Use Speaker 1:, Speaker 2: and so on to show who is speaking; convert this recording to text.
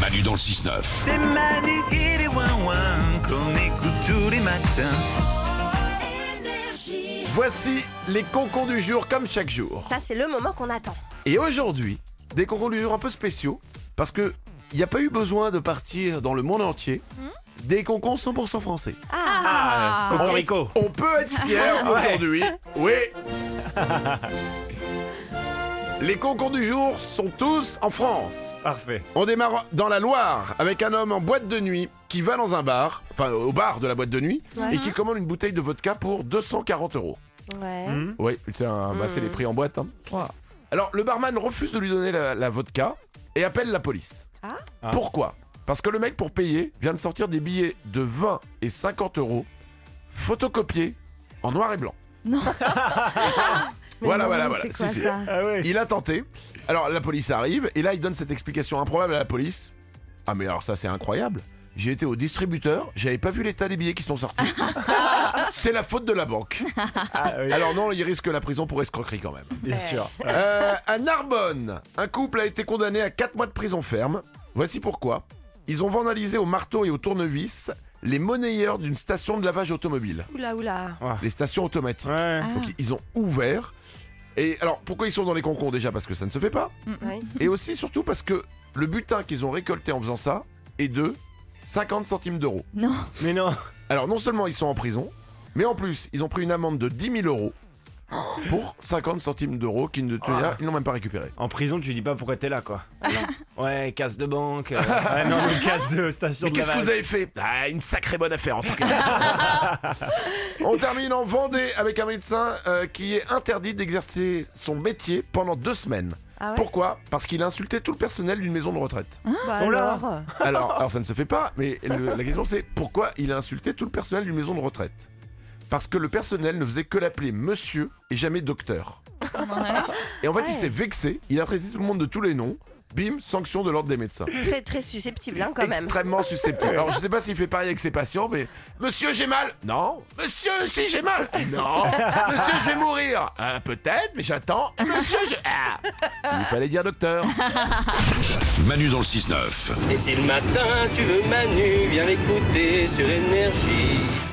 Speaker 1: Manu dans le 6-9.
Speaker 2: C'est Manu et les Ouin-Ouin qu'on écoute tous les matins.
Speaker 3: Voici les concours du jour comme chaque jour.
Speaker 4: Ça, c'est le moment qu'on attend.
Speaker 3: Et aujourd'hui, des concours du jour un peu spéciaux parce que il n'y a pas eu besoin de partir dans le monde entier. Des concours 100% français.
Speaker 4: Ah,
Speaker 5: Cocorico.
Speaker 3: On peut être fier aujourd'hui. Oui. les concours du jour sont tous en France.
Speaker 5: Parfait.
Speaker 3: On démarre dans la Loire avec un homme en boîte de nuit qui va dans un bar, enfin au bar de la boîte de nuit, et qui commande une bouteille de vodka pour 240 euros.
Speaker 4: Ouais.
Speaker 3: Oui, c'est un- bah,
Speaker 4: Mhm.
Speaker 3: c'est les prix en boîte. hein. Alors, le barman refuse de lui donner la, la vodka et appelle la police.
Speaker 4: Ah.
Speaker 5: Ah.
Speaker 3: Pourquoi Parce que le mec, pour payer, vient de sortir des billets de 20 et 50 euros photocopiés en noir et blanc.
Speaker 4: Mais
Speaker 3: Voilà,
Speaker 4: non,
Speaker 3: voilà,
Speaker 4: mais
Speaker 3: voilà.
Speaker 4: C'est
Speaker 3: Si,
Speaker 4: quoi
Speaker 3: si.
Speaker 4: ça
Speaker 5: Ah ouais.
Speaker 3: Il a tenté. Alors, la police arrive et là, il donne cette explication improbable à la police. Ah, mais alors, ça, c'est incroyable. J'ai été au distributeur, j'avais pas vu l'état des billets qui sont sortis. c'est la faute de la banque.
Speaker 5: Ah oui,
Speaker 3: Alors, non, il risque la prison pour escroquerie quand même.
Speaker 5: bien sûr.
Speaker 3: Euh, à Narbonne, un couple a été condamné à 4 mois de prison ferme. Voici pourquoi. Ils ont vandalisé au marteau et au tournevis les monnayeurs d'une station de lavage automobile.
Speaker 4: Oula, oula.
Speaker 3: Les stations automatiques.
Speaker 5: Ouais.
Speaker 3: Donc ils ont ouvert. Et alors pourquoi ils sont dans les concours déjà Parce que ça ne se fait pas.
Speaker 4: Ouais.
Speaker 3: Et aussi surtout parce que le butin qu'ils ont récolté en faisant ça est de 50 centimes d'euros.
Speaker 5: Mais non.
Speaker 3: Alors non seulement ils sont en prison, mais en plus ils ont pris une amende de 10 000 euros pour 50 centimes d'euros qu'ils ne
Speaker 5: Ah.
Speaker 3: ils n'ont même pas récupéré.
Speaker 5: En prison, tu dis pas pourquoi t'es là, quoi. Ouais, casse de banque. euh, ouais, non, non, casse de station
Speaker 3: Mais
Speaker 5: de
Speaker 3: qu'est-ce que
Speaker 5: lavage.
Speaker 3: vous avez fait Ah, Une sacrée bonne affaire en tout cas. On termine en Vendée avec un médecin euh, qui est interdit d'exercer son métier pendant deux semaines.
Speaker 4: Ah ouais
Speaker 3: Pourquoi Parce qu'il a insulté tout le personnel d'une maison de retraite.
Speaker 4: Bah
Speaker 5: Oh là.
Speaker 4: alors.
Speaker 3: Alors, alors ça ne se fait pas, mais le- la question c'est pourquoi il a insulté tout le personnel d'une maison de retraite Parce que le personnel ne faisait que l'appeler monsieur et jamais docteur. Et en fait,
Speaker 4: Ouais.
Speaker 3: il s'est vexé, il a traité tout le monde de tous les noms. Bim, sanction de l'ordre des médecins
Speaker 4: Très, très susceptible, hein, quand même.
Speaker 3: extrêmement susceptible. Alors je sais pas s'il fait pareil avec ses patients, mais Monsieur j'ai mal. Non. Monsieur si j'ai mal. Non. Monsieur je vais mourir. Euh, Peut-être, mais j'attends. Monsieur je. Ah. Il fallait dire docteur.
Speaker 1: Manu dans le 6-9.
Speaker 6: Et si le matin tu veux Manu, viens l'écouter sur énergie.